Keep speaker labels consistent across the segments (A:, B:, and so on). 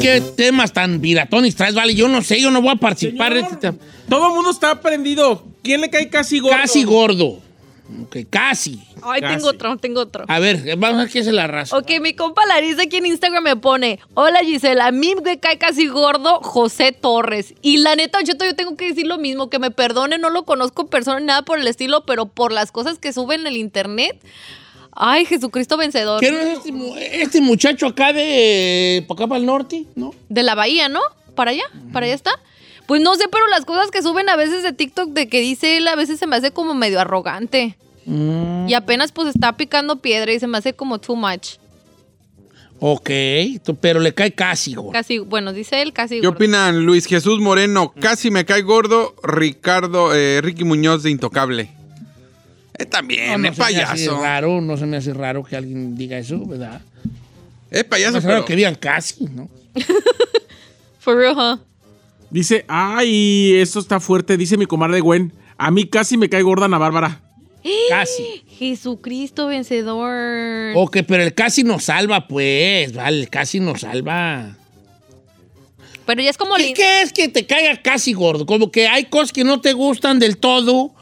A: qué temas tan piratones traes, vale. Yo no sé, yo no voy a participar. en este tema.
B: Todo el mundo está prendido. ¿Quién le cae casi gordo?
A: Casi gordo. Ok, casi. Ah,
C: Ay,
B: Casi.
C: tengo otro, tengo otro.
A: A ver, vamos a ver quién se la raza.
C: Ok, mi compa Larisa aquí en Instagram me pone, hola Gisela, a mí me cae casi gordo José Torres. Y la neta, yo, yo tengo que decir lo mismo, que me perdone, no lo conozco en persona ni nada por el estilo, pero por las cosas que suben en el internet, ay, Jesucristo vencedor.
A: ¿Quién es este, mu- este muchacho acá de. por acá para el norte? ¿No?
C: De la bahía, ¿no? Para allá, para allá está. Pues no sé, pero las cosas que suben a veces de TikTok de que dice él, a veces se me hace como medio arrogante. Y apenas pues está picando piedra y se me hace como too much.
A: Ok, tú- pero le cae casi, gordo.
C: Casi, bueno, dice él casi.
D: ¿Qué
C: gordo.
D: opinan Luis Jesús Moreno? Casi me cae gordo. Ricardo, eh, Ricky Muñoz de Intocable. Eh,
A: No,
D: también,
A: no
D: es
A: se me hace
D: payaso.
A: raro, no se me hace raro que alguien diga eso, ¿verdad?
D: Es
A: No
D: Eh, payaso,
A: es raro
D: pero
A: que digan casi, ¿no?
C: For real, huh?
B: Dice, ay, esto está fuerte. Dice mi comadre Gwen. A mí casi me cae gorda Ana Bárbara.
A: Casi.
C: Jesucristo vencedor.
A: Ok, pero el casi nos salva, pues. Vale, el casi nos salva.
C: Pero ya es como
A: ¿Y
C: lindo.
A: qué es que te caiga casi gordo? Como que hay cosas que no te gustan del todo,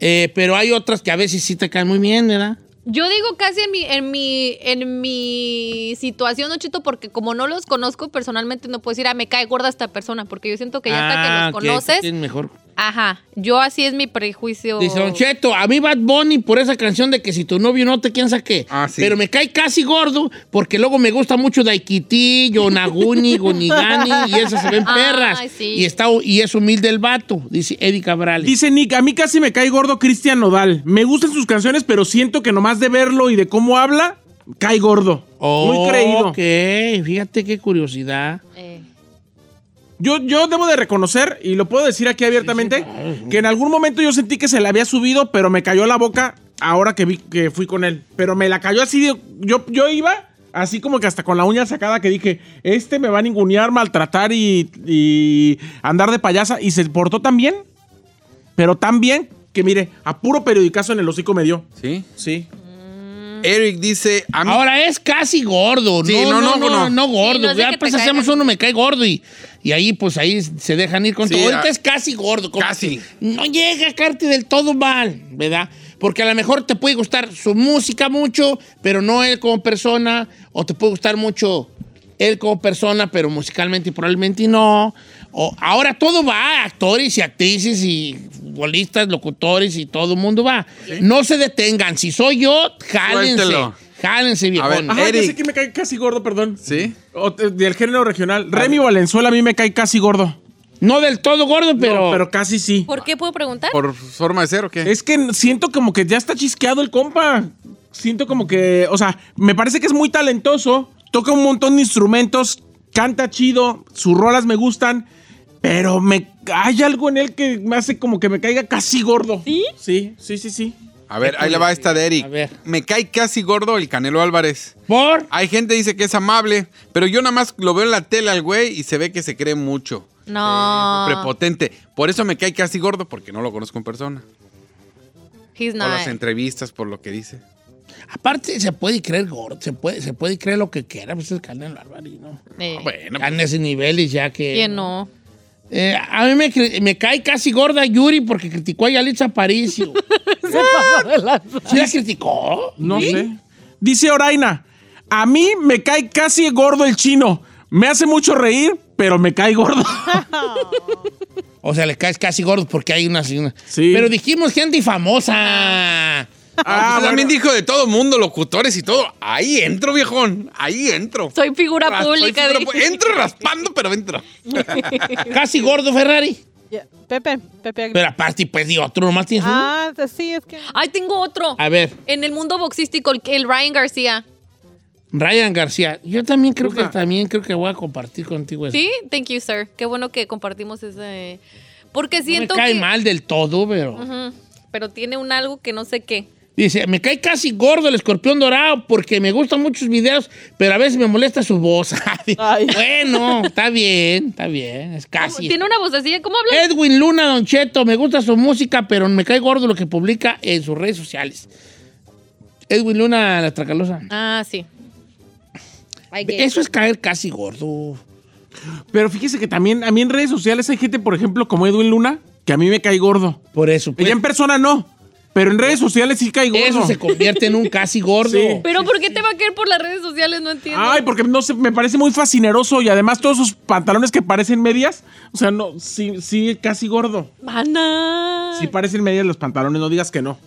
A: eh, pero hay otras que a veces sí te caen muy bien, ¿verdad?
C: Yo digo casi en mi, en mi, en mi situación, Ochito, porque como no los conozco personalmente, no puedo decir, ah, me cae gorda esta persona, porque yo siento que ya
A: Ah,
C: hasta
A: ok,
C: que los conoces,
A: tú tienes mejor.
C: ajá, yo así es mi prejuicio.
A: Dice Don Cheto, a mí Bad Bunny por esa canción de que si tu novio no te quién saque.
D: Ah, sí.
A: Pero me cae casi gordo porque luego me gusta mucho Daikiti, Yonaguni, Gonigani y esas se ven
C: Ay,
A: perras.
C: sí.
A: Y está y es humilde el vato, dice Eddie Cabrales.
B: Dice Nick, a mí casi me cae gordo Cristian Nodal. Me gustan sus canciones, pero siento que nomás de verlo y de cómo habla, cae gordo. Muy creído.
A: Oh, Ok, fíjate qué curiosidad.
C: Eh,
B: Yo, yo debo de reconocer, y lo puedo decir aquí abiertamente, que en algún momento yo sentí que se le había subido, pero me cayó la boca ahora que vi que fui con él. Pero me la cayó así, de- yo, yo iba así como que hasta con la uña sacada que dije, este me va a ningunear, maltratar y, y andar de payasa. Y se portó tan bien, pero tan bien, que mire, a puro periodicazo en el hocico me dio.
D: ¿Sí?
B: Sí.
D: Eric dice, a mí
A: Mm. Ahora es casi gordo,
D: Sí,
A: no, no, no, no,
D: no.
A: gordo.
C: Sí, no es de
A: ya
C: que
A: pues
C: te
A: hacemos
C: caigan.
A: uno, me cae gordo y, y ahí pues ahí se dejan ir con
D: Sí,
A: todo. Ahorita
D: ah,
A: es casi gordo. como
D: casi.
A: que No llega a caerte del todo mal, ¿verdad? Porque a lo mejor te puede gustar su música mucho, pero no él como persona, o te puede gustar mucho él como persona, pero musicalmente probablemente no. O, ahora todo va, actores y actrices y futbolistas, locutores y todo el mundo va. No se detengan, si soy yo, jálense.
D: Suéltelo.
A: Jálense, viejón.
D: A
B: Ajá,
D: ver,
B: ya
D: Eric.
B: sé que me cae casi gordo, perdón.
D: Sí.
B: O- eh, del género regional. Remy Valenzuela a mí me cae casi gordo.
A: No del todo gordo, pero.
B: No, pero casi sí.
C: ¿Por qué puedo preguntar?
D: por forma de ser o qué.
B: Es que siento como que ya está chisqueado el compa. Siento como que, o sea, me parece que es muy talentoso, toca un montón de instrumentos, canta chido, sus rolas me gustan, pero me hay algo en él que me hace como que me caiga casi gordo. ¿Sí? Sí, sí, sí, sí.
D: A ver, ahí le va esta de Eric.
A: A ver.
D: Me cae casi gordo el Canelo Álvarez.
A: Por.
D: Hay gente que dice que es amable, pero yo nada más lo veo en la tele al güey y se ve que se cree mucho.
A: eh, Ah.
C: No.
D: Prepotente. Por eso me cae casi gordo, porque no lo conozco en persona.
C: He's
D: Por
A: eh.
D: las
C: not.
D: entrevistas, por lo que dice.
A: Aparte, se puede creer gordo, se puede, se puede creer lo que quiera, pues es Canelo Álvarez, ¿no?
B: Ah,
C: Eh,
D: Bueno,
A: Está en ese nivel y ya que.
C: ¿Quién no?
A: Eh, a mí me, cri- me cae casi gorda Yuri porque criticó a Yalitza Aparicio. ¿Sí la criticó?
B: No sé. Dice Oraina, a mí me cae casi gordo el chino. Me hace mucho reír, pero me cae gordo.
A: O sea, le caes casi gordo porque hay una. una-
B: Sí.
A: Pero dijimos gente famosa.
D: Ah,
B: Ah,
D: pues también
B: bueno.
D: dijo de todo mundo, locutores y todo. Ahí entro, viejón. Ahí entro.
C: Soy figura
A: Ah,
D: Ras- soy
C: pública.
D: figura
C: di-
D: pu- entro raspando, pero entro.
A: Casi gordo Ferrari.
E: Ya, Pepe, Pepe Aguilar.
A: Pero aparte, pues, de otro nomás tienes uno.
E: Ah, sí, es que.
C: Ay, tengo otro.
A: A ver,
C: En el mundo boxístico, el, el Ryan García.
A: Ryan García. Yo también creo que también creo que voy a compartir contigo eso.
C: Sí, thank you, sir. Qué bueno que compartimos ese. Porque
A: No
C: siento
A: me cae
C: que.
A: mal del todo, pero.
C: Ujú, Pero tiene un algo que no sé qué.
A: Dice, me cae casi gordo el escorpión dorado porque me gustan muchos videos, pero a veces me molesta su voz. Ah,
E: Ay.
A: bueno, está bien, está bien, es Eh. casi.
C: Tiene una vocecilla. ¿Cómo habla?
A: Edwin Luna Don Cheto, me gusta su música, pero me cae gordo lo que publica en sus redes sociales. Edwin Luna, la tracalosa.
C: Ah, sí. I get it.
A: Eso es caer casi gordo.
B: Pero fíjese que también, a mí en redes sociales hay gente, por ejemplo, como Edwin Luna, que a mí me cae gordo.
A: Por eso. pues,
B: Ella en persona no, pero en redes sociales sí cae gordo.
A: eso se convierte en un casi gordo.
B: Sí.
C: Pero ¿por qué te va a caer por las redes sociales? No entiendo.
B: Ay, porque no sé, me parece muy fascineroso y además todos sus pantalones que parecen medias, o sea, no, sí, sí, casi gordo.
C: Mana.
B: Sí parecen medias los pantalones, no digas que no.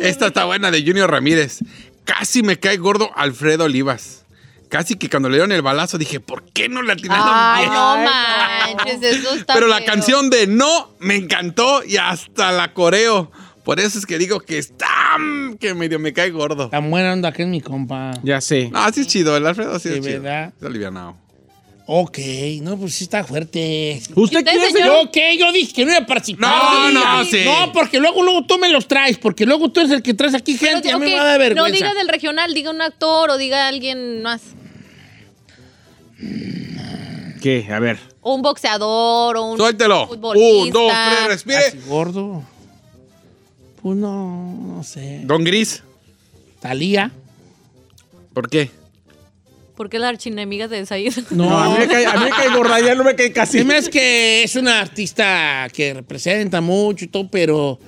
D: Esta está buena de Junior Ramírez. Casi me cae gordo Alfredo Olivas. Casi que cuando le dieron el balazo dije, ¿por qué no le atinaron
C: Ay,
D: bien?
C: no manches, eso está
D: Pero la
C: feo.
D: canción de No me encantó y hasta la coreo. Por eso es que digo que está mm, que medio me cae gordo.
A: Tan buena onda que es mi compa.
B: Ya sé.
D: No, así es chido, el Alfredo así
A: De
D: es chido.
A: verdad.
D: Es alivianado.
A: Ok, no, pues sí está fuerte.
B: ¿Usted
C: Usted,
B: quién es?
C: señor?
B: señor?
A: ¿Yo qué? Yo dije que no iba a participar.
D: No, no, sí.
A: Ah, No, porque luego, luego tú me los traes, porque luego tú eres el que traes aquí
C: Pero,
A: gente. y a mí
C: ok,
A: me va a dar
C: no
A: vergüenza.
C: diga del regional, diga un actor o diga alguien más.
B: ¿Qué? A ver.
C: O un boxeador o un
D: Suéltelo.
C: futbolista.
D: Un, dos, tres,
A: Casi
D: respire.
A: gordo. Pues no, no sé.
D: Don Gris,
A: Talía.
D: ¿por qué?
C: ¿Por qué la archienemiga de Said?
B: No, a mí me cae, a mí me cae gorda, ya no me cae casi.
A: Sí, me es que es una artista que representa mucho y todo, pero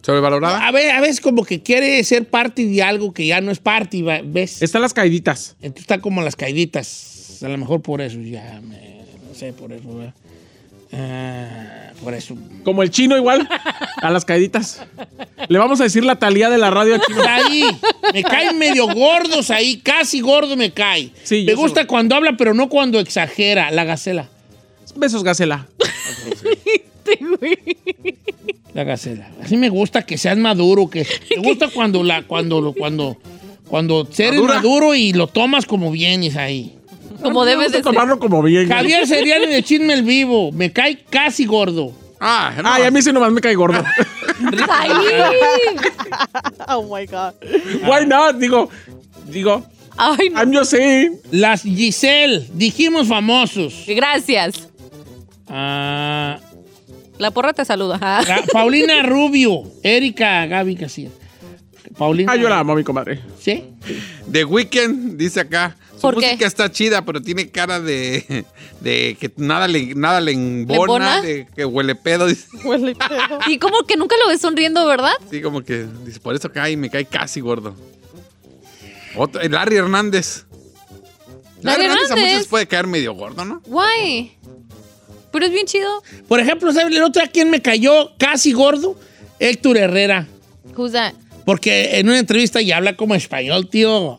D: ¿Sobrevalorada?
A: a ver, a veces como que quiere ser parte de algo que ya no es parte, va- ¿ves?
B: Están las caiditas.
A: Entonces está como las caiditas. A lo mejor por eso ya me. No sé, por eso, ¿verdad? Ah, por eso.
B: Como el chino igual. A las caiditas. Le vamos a decir la talía de la radio aquí.
A: Ahí, me caen medio gordos ahí, casi gordo me cae.
B: Sí,
A: me
B: yo
A: gusta
B: sobre-
A: cuando habla, pero no cuando exagera, la gacela.
B: Besos, Gacela.
A: La gacela. Así me gusta que seas maduro, que me gusta cuando la, cuando, lo- cuando, cuando eres
D: Madura.
A: maduro y lo tomas como vienes ahí.
C: Como debes
B: Vamos a
C: de ser.
B: tomarlo como bien.
A: Javier Seriani de Chisme el Vivo, me cae casi gordo.
D: Ah, no.
B: Ay, a mí sí nomás me cae gordo.
C: ¡Said!
E: Oh my God.
B: Why not? Digo, digo,
C: Ay, no.
B: I'm just saying.
A: Las Giselle, dijimos famosos.
C: Gracias.
A: Ah,
C: La porra te saluda. Ah.
A: la- Paulina Rubio, Erika Gaby Casillas. Paulina.
B: Ah, yo la amo a mi comadre.
A: ¿Sí?
D: The Weeknd, dice acá. Su
C: ¿Por
D: música
C: qué?
D: está chida, pero tiene cara de, de que nada le, nada le embona,
C: embona?
D: de que huele pedo. Dice,
E: Huele pedo.
C: Y como que nunca lo ves sonriendo, ¿verdad?
D: así como que dice, por eso cae, me cae casi gordo. Otro, el Larry Hernández.
C: Larry
D: a
C: Hernández.
D: muchos puede caer medio gordo, ¿no?
C: Guay. Pero es bien chido.
A: Por ejemplo, ¿sabes el otro a quien me cayó casi gordo? Héctor Herrera.
C: Who's that?
A: Porque en una entrevista ya habla como español, tío.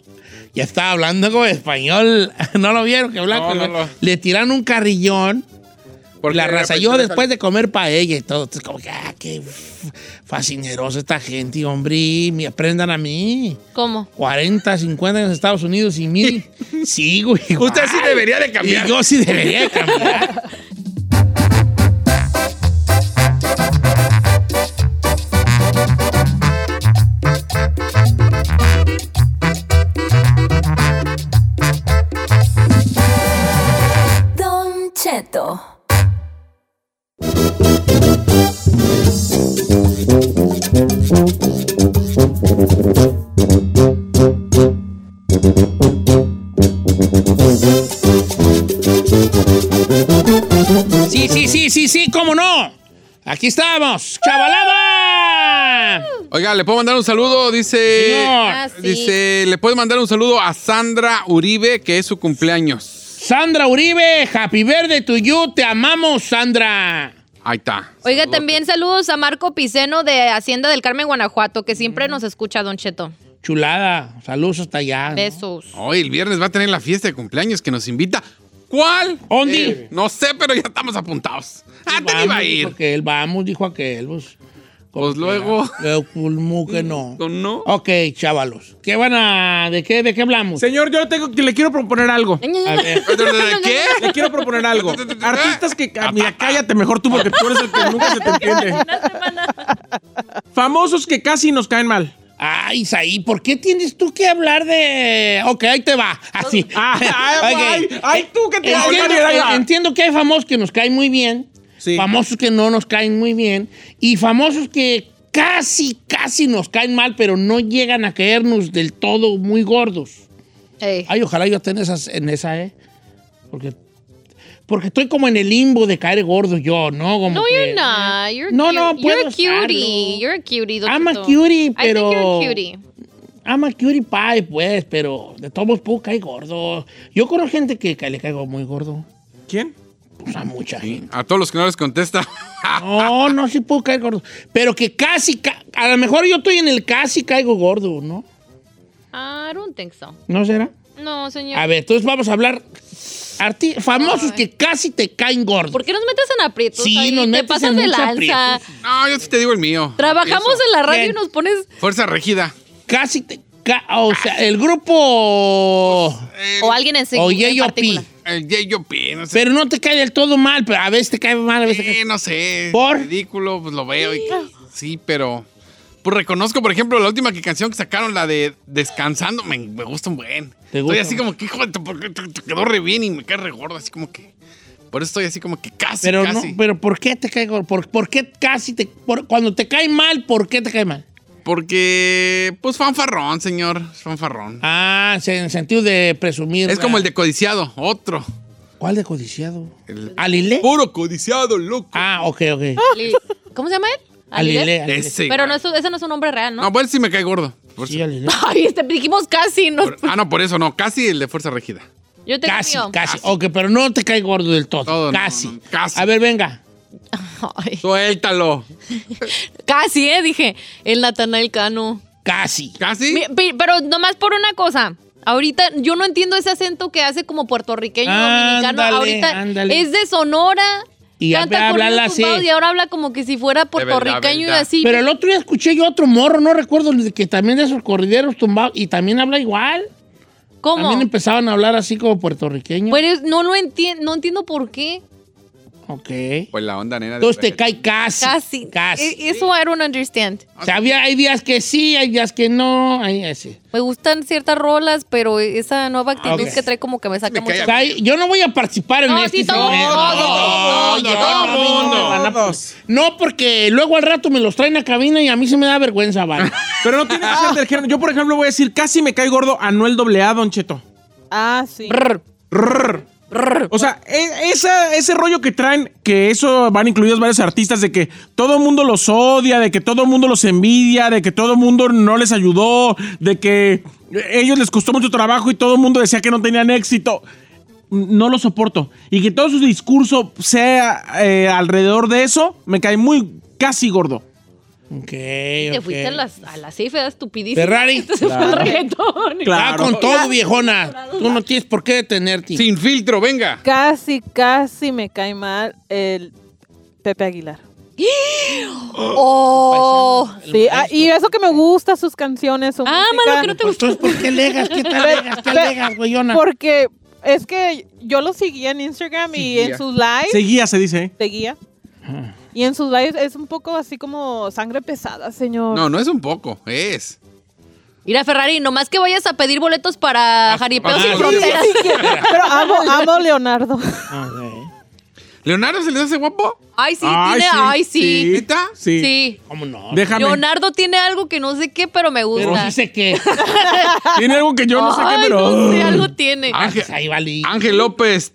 A: Ya estaba hablando como español. ¿No lo vieron? Que hablaba
D: No,
A: como-
D: no lo-
A: Le tiraron un carrillón.
D: Porque
A: la raza.
D: repente
A: Yo
D: le
A: después
D: sale-
A: de comer paella y todo. Entonces, como que, ah, qué f- fascinerosa esta gente, hombre. Me aprendan a mí.
C: ¿Cómo?
A: 40, 50 en los Estados Unidos y mil. Sí, güey.
D: Usted sí debería de cambiar.
A: Y yo sí debería de cambiar.
F: Don Cheto.
A: Sí, sí, sí, sí, sí, cómo no. Aquí estamos. ¡Chavalada!
D: Oiga, le puedo mandar un saludo, dice.
A: Señor.
C: Ah, sí.
D: Dice, le puedes mandar un saludo a Sandra Uribe, que es su cumpleaños.
A: Sandra Uribe, happy verde to you. Te amamos, Sandra.
D: Ahí está.
C: Oiga,
D: Saludos.
C: también saludos a Marco Piceno de Hacienda del Carmen, Guanajuato, que
A: Mm.
C: siempre nos escucha, Don Cheto.
A: Chulada. Saludos hasta
D: Ah,
A: allá. Ah, ¿no?
C: Besos.
D: Hoy, el viernes, va a tener la fiesta de cumpleaños que nos invita. ¿Cuál?
A: ¿Ondi?
D: no sé, pero ya estamos apuntados. Antes iba a
A: Dijo
D: ir.
A: aquel, vamos, dijo aquel. Pues,
D: Pues luego.
A: Yo culmú que no.
D: No.
A: Ok, chavalos. ¿Qué van a...? ¿De qué, de qué hablamos?
B: Señor, yo tengo, que- le quiero proponer algo.
A: A ver.
D: ¿De qué?
B: Le quiero proponer algo. Artistas que. ah, Mira, cállate mejor tú porque tú eres el que nunca se te entiende. Famosos que casi nos caen mal.
A: Ay, Ah, Isaí, ¿por qué tienes tú que hablar de...? Ok, ahí te va. Así.
B: Ah, ay,
A: Ok.
B: ay, ay, tú que te
A: Entiendo,
B: Ay, ay, ay.
A: entiendo que hay famosos que nos caen muy bien,
B: Sí.
A: famosos que no nos caen muy bien y famosos que casi, casi nos caen mal, pero no llegan a caernos del todo muy gordos.
C: Ey.
A: Ay, ojalá yo esté en, esas, en esa, ¿eh? Porque, porque estoy como en el limbo de caer gordo yo, ¿no? Como
C: No,
A: que-
C: you're not. You're
A: No,
C: cute.
A: no, puedo
C: You're a cutie.
A: estarlo.
C: You're a cutie, Don
A: I'm a
C: Cheto.
A: cutie,
C: I think
A: pero-
C: you're a cutie.
A: Ama cutie pie, pues, pero de todos modos puedo caer gordo. Yo conozco gente que ca- le caigo muy gordo.
B: ¿Quién?
A: Pues a mucha gente.
D: A todos los que no les contesta.
A: No, no, sí puedo caer gordo. Pero que casi, ca- a lo mejor yo estoy en el casi caigo gordo, ¿no?
C: I don't think so.
A: ¿No será?
C: No, señor.
A: A ver, entonces vamos a hablar arti- famosos que casi te caen gordos.
C: ¿Por qué nos metes en aprietos?
A: Sí,
C: ahí?
A: nos
C: Te
A: metes
C: pasas
A: en
C: de
A: muchos
C: lanza.
A: aprietos.
D: No, yo sí te digo el mío.
C: Trabajamos
D: Eso.
C: en la radio
A: Bien.
C: y nos pones
D: Fuerza Regida.
A: Casi te... ca- o sea, el grupo...
D: El,
C: o alguien en sí.
A: O
C: en
A: J.O.P.
C: particular.
D: el J.O.P., no sé.
A: Pero no te cae del todo mal, pero a veces te cae mal, a veces te
D: eh,
A: cae...
D: no sé.
A: Pues, ¿Por?
D: Ridículo, pues lo veo. Y, sí, pero. Pues reconozco, por ejemplo, la última que canción que sacaron, la de Descansando, me, me gusta un buen.
A: ¿Te
D: Estoy
A: gusta?
D: así como que, hijo, de tu- porque te, te quedó re bien y me cae re gordo, así como que. Por eso estoy así como que casi,
A: Pero
D: casi.
A: no, pero ¿por qué te cae gordo? ¿Por, por qué casi te... por- cuando te cae mal, ¿por qué te cae mal?
D: Porque, pues fanfarrón, señor. es Fanfarrón.
A: Ah, se- en el sentido de presumir.
D: es como el
A: de...
D: de codiciado, otro.
A: ¿Cuál de codiciado?
D: El-
A: ¿Alilé?
D: Puro codiciado, loco.
A: Ah, ok, ok.
C: Li- ¿Cómo se llama él?
A: Alilé. Alilé.
D: Ese.
C: Pero no, es- ese no es un nombre real, ¿no?
D: No, pues sí me cae gordo. Por
A: Sí,
D: eso-
A: Alilé.
C: Ay, te dijimos casi. No.
D: por- ah, no, por eso no. Casi el de fuerza regida.
C: Yo te
A: Casi,
C: confío.
A: casi. Ok, pero no te cae gordo del todo.
D: Todo, no,
A: casi.
D: no, casi.
A: A ver, venga.
C: Ay,
D: Suéltalo.
C: casi, ¿eh? Dije, el Natanael Cano.
A: Casi.
D: ¿Casi?
C: Mi- pi- Pero nomás por una cosa. Ahorita yo no entiendo ese acento que hace como puertorriqueño dominicano.
A: Ándale,
C: Ahorita
A: ándale.
C: es de Sonora.
A: Y
C: canta
A: habla-
C: corridos
A: habla así.
C: tumbados Y ahora habla como que si fuera puertorriqueño y
D: verdad.
C: así.
A: Pero el otro día escuché yo otro morro, no recuerdo, que también de esos corrideros tumbados y también habla igual.
C: ¿Cómo?
A: También empezaban a hablar así como puertorriqueño.
C: Bueno, es- no lo entiendo, no entiendo por qué.
A: ok.
D: Pues la onda, nena. de-
A: Entonces te cae casi.
C: Casi.
A: Casi.
C: E- Eso I don't understand.
A: O sea, había- hay días que sí, hay días que no. Hay así.
C: Me gustan ciertas rolas, pero esa nueva actitud
A: Ok.
C: que trae como que me saca
D: Me
C: mucho.
D: cae-
A: O sea, yo no voy a participar en
C: No,
A: este
C: sí, todo
A: segmento.
C: mundo,
A: No,
C: todo
A: no,
C: mundo,
A: no,
C: todo
A: no,
B: mundo.
A: no me van a-
B: Todos.
A: No, porque luego al rato me los traen a cabina y a mí se me da vergüenza, vale.
B: Pero no tiene que ser del género. Yo, por ejemplo, voy a decir, casi me cae gordo Anuel AA, Don Cheto.
E: Ah, sí.
C: Brr,
B: Rrr.
C: brr.
B: O sea, e- esa- ese rollo que traen, que eso van incluidos varios artistas, de que todo el mundo los odia, de que todo el mundo los envidia, de que todo el mundo no les ayudó, de que ellos les costó mucho trabajo y todo el mundo decía que no tenían éxito. No lo soporto. Y que todo su discurso sea eh, alrededor de eso, me cae muy casi gordo.
A: Ok,
C: Te
A: ok.
C: fuiste a las, a las cifras estupidísimas.
A: Ferrari.
C: Este se fue al reggaetón.
A: Va Ah,
B: Claro.
A: con todo, viejona. Tú no tienes por qué detenerte.
D: Sin filtro, venga.
E: Casi, casi me cae mal el Pepe Aguilar.
C: Oh.
E: Sí, ah, y eso que me gusta sus canciones, su
C: Ah,
E: música,
C: malo que no te gustó.
A: Pues, Entonces, ¿por qué legas? ¿Qué tal
E: Pero-
A: legas? ¿Qué
E: pero-
A: legas, güeyona?
E: Porque es que yo lo seguía en Instagram y en
D: Seguía.
E: sus lives.
B: Seguía, se dice. ¿eh?
E: Seguía. Y en sus lives es un poco así como sangre pesada, señor.
D: No, no es un poco, es.
C: Mira, Ferrari, nomás que vayas a pedir boletos para
D: Ah,
C: Jaripeo
D: ah,
C: sin
D: sí.
C: fronteras.
E: Pero amo, amo a Leonardo.
A: Ah, Ok.
D: ¿Leonardo se le hace guapo?
C: Ay, sí, tiene. Ay, sí.
D: ¿Neta?
B: Sí.
C: Sí.
A: ¿Cómo no?
B: Déjame.
C: Leonardo tiene algo que no sé qué, pero me
A: Pero
C: gusta.
A: sí sé que...
B: Tiene algo que yo no sé qué,
C: Ay,
B: pero.
C: no sé, algo tiene.
D: Ah,
A: Pues ahí vale.
D: Ángel López,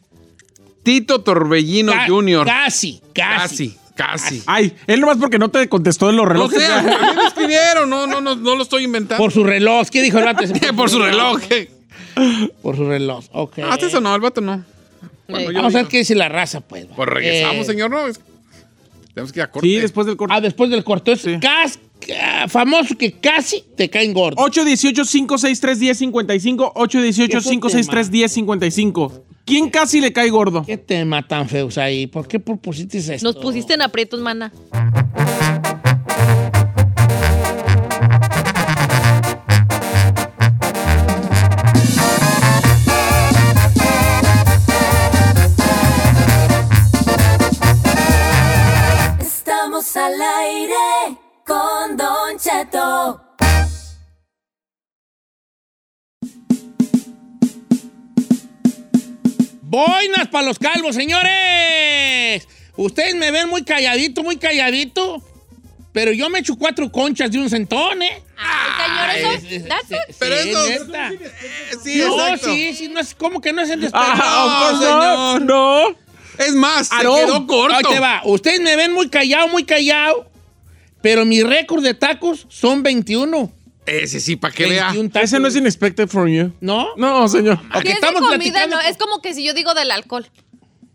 D: Tito Torbellino
A: Ca-
D: Jr.
A: Casi, casi. Ah,
D: Casi, casi.
B: Ay, él nomás porque no te contestó en los
D: No
B: relojes.
D: sé, a mí me escribieron, no, no, no, no lo estoy inventando.
A: Por su reloj. ¿Qué dijo el vato?
D: Por, su reloj.
A: Por su reloj, ok.
D: Ah, eso no, el vato no. Bueno, yo
A: Vamos a ver
D: digo.
A: qué dice la raza, pues.
D: Pues regresamos,
A: Eh,
D: señor, ¿no? Es- Tenemos que ir a corte.
B: Sí, después del corte.
A: Ah, después del corteo.
B: Sí.
A: ah, famoso que casi te caen gordos.
B: 818-563-1055. 818-563-1055. ¿Quién casi le cae gordo?
A: ¿Qué tema tan feos ahí? ¿Por qué propusiste esto?
C: Nos pusiste en aprietos, mana.
F: Estamos al aire con Don Cheto.
A: Boinas para los calvos, señores. Ustedes me ven muy calladito, muy calladito. Pero yo me echo cuatro conchas de un centón, ¿eh?
C: Ay, señor, eso.
A: Ay, es- es-
C: that's it.
A: sí,
D: Pero eso-
A: neta.
D: Eh, sí,
A: No,
D: exacto.
A: sí, sí, no es como que no es el despegue.
B: Ah,
D: No,
B: pues no,
D: señor.
B: no.
D: Es más, se
B: Aarón,
D: Ah, quedó corto.
A: Ahí te va. Ustedes me ven muy callado, muy callado. Pero mi récord de tacos son 21.
D: Ese sí, para que vea.
A: 21 tacos.
B: Ese no es unexpected from you.
A: ¿No?
B: No, señor.
A: Ok,
C: Si es de
A: estamos
C: comida,
A: platicando.
C: no, es como que si yo digo del alcohol.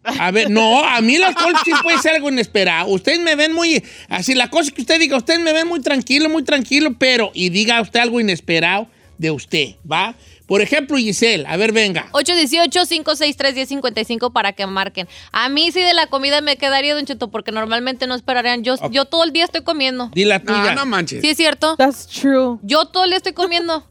A: A ver, no, a mí el alcohol sí puede ser algo inesperado. Ustedes me ven muy. Así, la cosa que usted diga, ustedes me ven muy tranquilo, muy tranquilo, pero. Y diga usted algo inesperado de usted, ¿va? Por ejemplo, Giselle, a ver, venga.
C: 818-563-1055 para que marquen. A mí sí de la comida me quedaría, Don Cheto, porque normalmente no esperarían. Yo, yo todo el día estoy comiendo.
A: Di la tuya.
D: Ah, No, no manches.
C: ¿Sí es cierto?
E: That's true.
C: Yo todo el día estoy comiendo.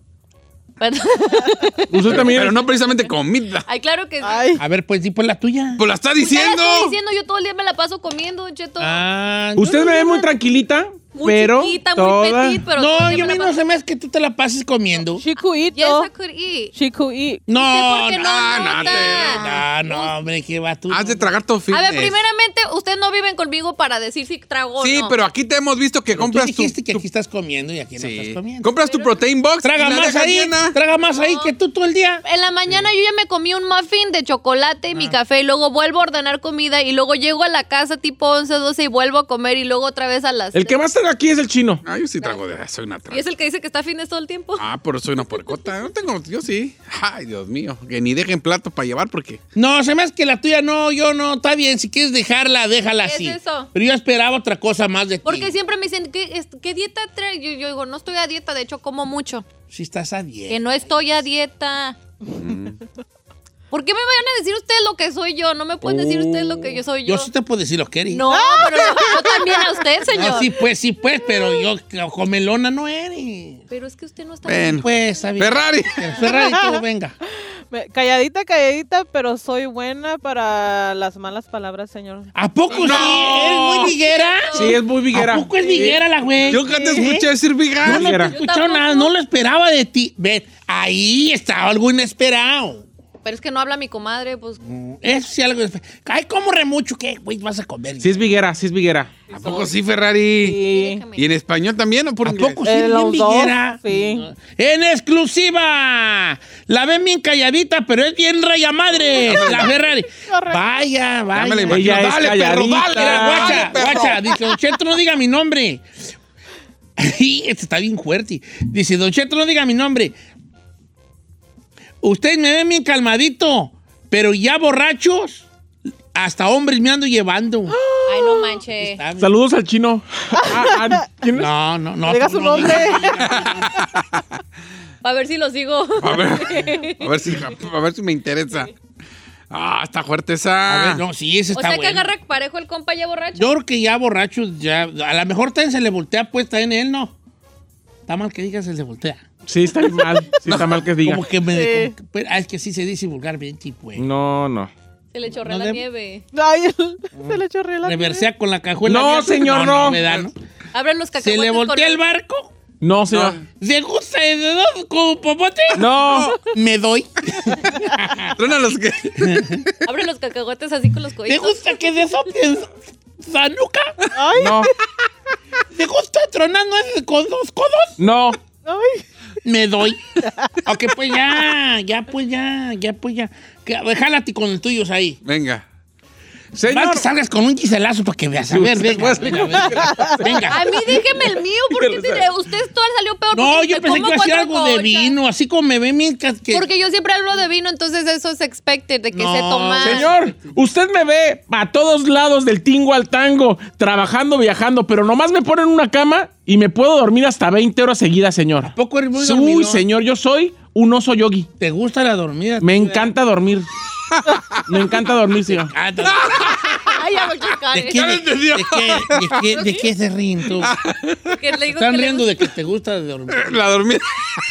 C: Perdón.
A: Pues
B: Usted también.
D: Pero no precisamente comida.
C: Ay, claro que sí.
E: Ay.
A: a ver, pues di pues la tuya.
D: Pues la está
C: Pues ya la
D: diciendo.
C: estoy diciendo, yo todo el día me la paso comiendo, Don Cheto.
A: Ah,
B: Usted me ve muy tranquilita,
C: muy
B: pero.
C: chiquita, muy
B: toda-
C: petit, pero todo
A: no,
C: el día
A: yo a
C: me
A: mí
C: la
A: no
C: paso-
A: se me hace que tú te la pases comiendo.
C: Yes,
E: Chicuito.
C: I could eat.
E: Chicuito.
A: No,
C: ¿Usted por qué
A: no,
D: no
A: no,
D: nota?
A: no, no, hombre, qué va tú.
D: Has de tragar todo
C: A
D: fitness.
C: ver, primeramente, ustedes no viven conmigo para decir si trago o
D: Sí,
C: no.
D: pero aquí te hemos visto que
A: Tú
D: compras tu...
A: dijiste que
D: tu-
A: aquí estás comiendo y aquí no
D: sí.
A: estás comiendo.
D: Compras tu protein box
A: Traga
D: y la
A: más
D: dejas
A: ahí,
D: llena.
A: traga más ahí que tú todo el día.
C: En la mañana yo ya me comí un muffin de chocolate y
A: Ah.
C: mi café y luego vuelvo a ordenar comida y luego llego a la casa tipo 11, 12 y vuelvo a comer y luego otra vez a las...
B: El que más traga aquí es el chino.
D: Ah, yo sí trago de... Soy una
C: Y
D: traga.
C: es el que dice que está fines todo el tiempo.
D: Ah, pero soy una puercota. No tengo... Yo sí. Ay, Dios mío. Que ni dejen plato para llevar porque...
A: No, se me hace que la tuya no, yo no, está bien, si quieres dejarla, déjala
C: ¿Qué es
A: así.
C: eso?
A: Pero yo esperaba otra cosa más de ti.
C: Porque siempre me dicen, ¿qué, es- qué dieta traes? Yo, yo digo, no estoy a dieta, de hecho como mucho.
A: Si estás a
C: Que
A: 10.
C: no estoy a dieta.
A: Mm.
C: ¿Por qué me van a decir ustedes lo que soy yo? No me pueden decir ustedes lo que yo soy yo.
A: Yo sí te puedo decir lo que eres.
C: No, pero yo, yo también a usted, señor. Mm.
A: No, sí, pues, sí, pues, pero yo comelona no eres.
C: Pero es que usted no está...
D: Ven.
A: Pues, ¿sabes?
D: Ferrari.
A: Ferrari, tú venga.
E: Me- Calladita, calladita, pero soy buena para las malas palabras, señor.
A: ¿A poco
D: No.
A: sí? ¿Eres muy viguera?
B: Sí, es muy viguera.
A: ¿A poco es viguera la güey?
D: Yo nunca te
A: ¿Eh?
D: escuché decir
A: No, no
D: vegano.
A: te
B: Viguera.
A: he escuchado nada, no lo esperaba de ti. Ven, ahí está algo inesperado.
C: Pero es que no habla mi comadre, pues...
A: Eso sí algo inesperado. Ay, ¿cómo remucho? ¿Qué, güey, vas a comer?
B: Sí es viguera, sí es viguera.
D: ¿A poco sí, Ferrari?
E: Sí.
D: ¿Y en español también o por
A: ¿A
D: inglés?
A: poco sí,
E: Eh,
A: bien
E: los dos,
A: viguera?
E: sí.
A: En exclusiva. La ven bien calladita, pero es bien raya madre. La Ferrari. Vaya,
D: Ya me la
A: vaya.
D: imagino.
B: Ella es
D: Dale, perro,
B: calladita.
D: dale.
A: Mira, guacha,
D: dale, perro.
A: guacha. Dice, Don Cheto, no diga mi nombre. Y este está bien fuerte. Dice, Don Cheto, no diga mi nombre. Ustedes me ven bien calmadito, pero ya borrachos, hasta hombres me ando llevando.
C: Ay, no manches.
A: Está bien.
B: Saludos al chino. Ah, ah, ¿quién es?
A: No, no, no.
E: Diga
A: tú
E: su
A: no
E: nombre.
A: digas.
C: A ver si lo sigo.
D: A ver, a ver si, a ver si me interesa. Ah, está fuerte
A: A
D: esa.
A: ver, no, sí, ese
C: Ah. O
A: está
C: sea que
A: bueno.
C: agarra parejo el compa ya borracho.
A: Yo creo que ya borracho, ya, a lo mejor también se le voltea puesta en él, ¿no? Está mal que digas se le voltea.
B: Sí, está bien mal. Sí, está mal que diga.
A: Como que me...
E: Sí.
A: como que- pero, ah, es que sí se dice vulgarmente, pues.
B: No, no.
C: Se le chorrea
A: No
C: la
A: debo-
C: nieve.
E: Ay,
A: Mm.
E: se le chorreó la
A: Reversea con la cajuela.
B: No,
A: abierta.
B: señor, no.
A: ¿verdad, no?
C: Abran los
A: Se
C: cacahuates.
A: le
C: con
A: voltea el barco.
B: No, señor.
A: ¿Se gusta de dos como popote?
B: No.
A: Me doy.
D: Truena los que.
C: Abre los cacahuates así con los
A: ¿Te
C: cojitos.
A: gusta que de soplen zanuca?
B: No.
A: ¿Te gusta tronar nueces con dos codos?
B: No.
E: Ay,
A: Me doy. Ok, pues ya, ya, pues ya, ya, pues ya. Que- a ver, Jálate con el tuyo ahí.
D: Venga.
A: Más
B: Señor. pues.
A: que salgas con un giselazo para que veas. A ver, venga. venga, venga.
C: A
A: Venga.
C: mí déjeme el mío, porque se- usted todo salió peor.
A: No,
C: porque
A: yo
C: me
A: pensé que
C: como
A: iba a ser
C: cuatro
A: algo de
C: cochas.
A: vino, así como me ve mientras que...
C: Porque yo siempre hablo de vino, entonces eso es expected, de que
A: No,
C: se toma.
B: Señor, usted me ve a todos lados del tingo al tango, trabajando, viajando, pero nomás me ponen una cama y me puedo dormir hasta 20 horas seguidas, señor.
A: Poco eres muy ¿eh?
B: Uy,
A: dormilón.
B: señor, yo soy un oso yogi.
A: ¿Te gusta la dormida?
B: Me encanta dormir. Me encanta dormir, señor.
A: Ah, te-
C: Ay, ya me chocaron.
A: ¿De qué,
D: lo
A: de,
D: entendió.
A: de qué- de qué- de qué se ríen tú?
C: Que le digo
A: Están
C: que le
A: riendo
C: gusta
A: de que te gusta de dormir.
D: La dormida.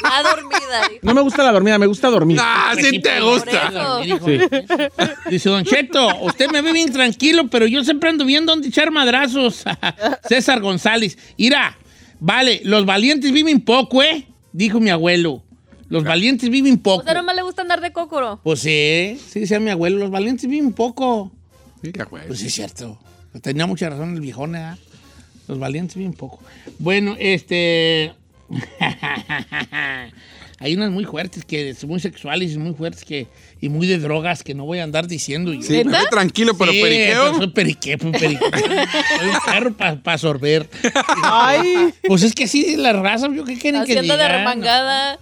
C: la dormida. dijo.
B: No me gusta la dormida, me gusta dormir.
D: Ah,
A: Pues
D: sí te
A: pero
D: gusta.
A: de dormir, hijo de- Dice Don Cheto, usted me ve bien tranquilo, pero yo siempre ando viendo dónde echar madrazos. César González. Ira, vale, los valientes viven poco, ¿eh? Dijo mi abuelo. Los valientes viven
C: O
A: poco.
C: sea, nomás le gusta andar Pues, de cócoro.
A: Pues sí, sí decía mi abuelo, los valientes viven poco.
D: Mira, güey.
A: Pues sí es cierto. Tenía mucha razón el viejón, ¿eh? Los valientes bien poco. Bueno, este... Hay unas muy fuertes, que son muy sexuales y muy fuertes que, y muy de drogas que no voy a andar diciendo yo.
D: Sí, me ve tranquilo, pero
A: Sí, pues, soy
D: periqueo.
A: periqueo, pues, periqueo. soy un perro para sorber.
E: Ay,
A: Pues es que así es la raza, yo qué quieren que
C: Haciendo de
A: diga?
C: remangada.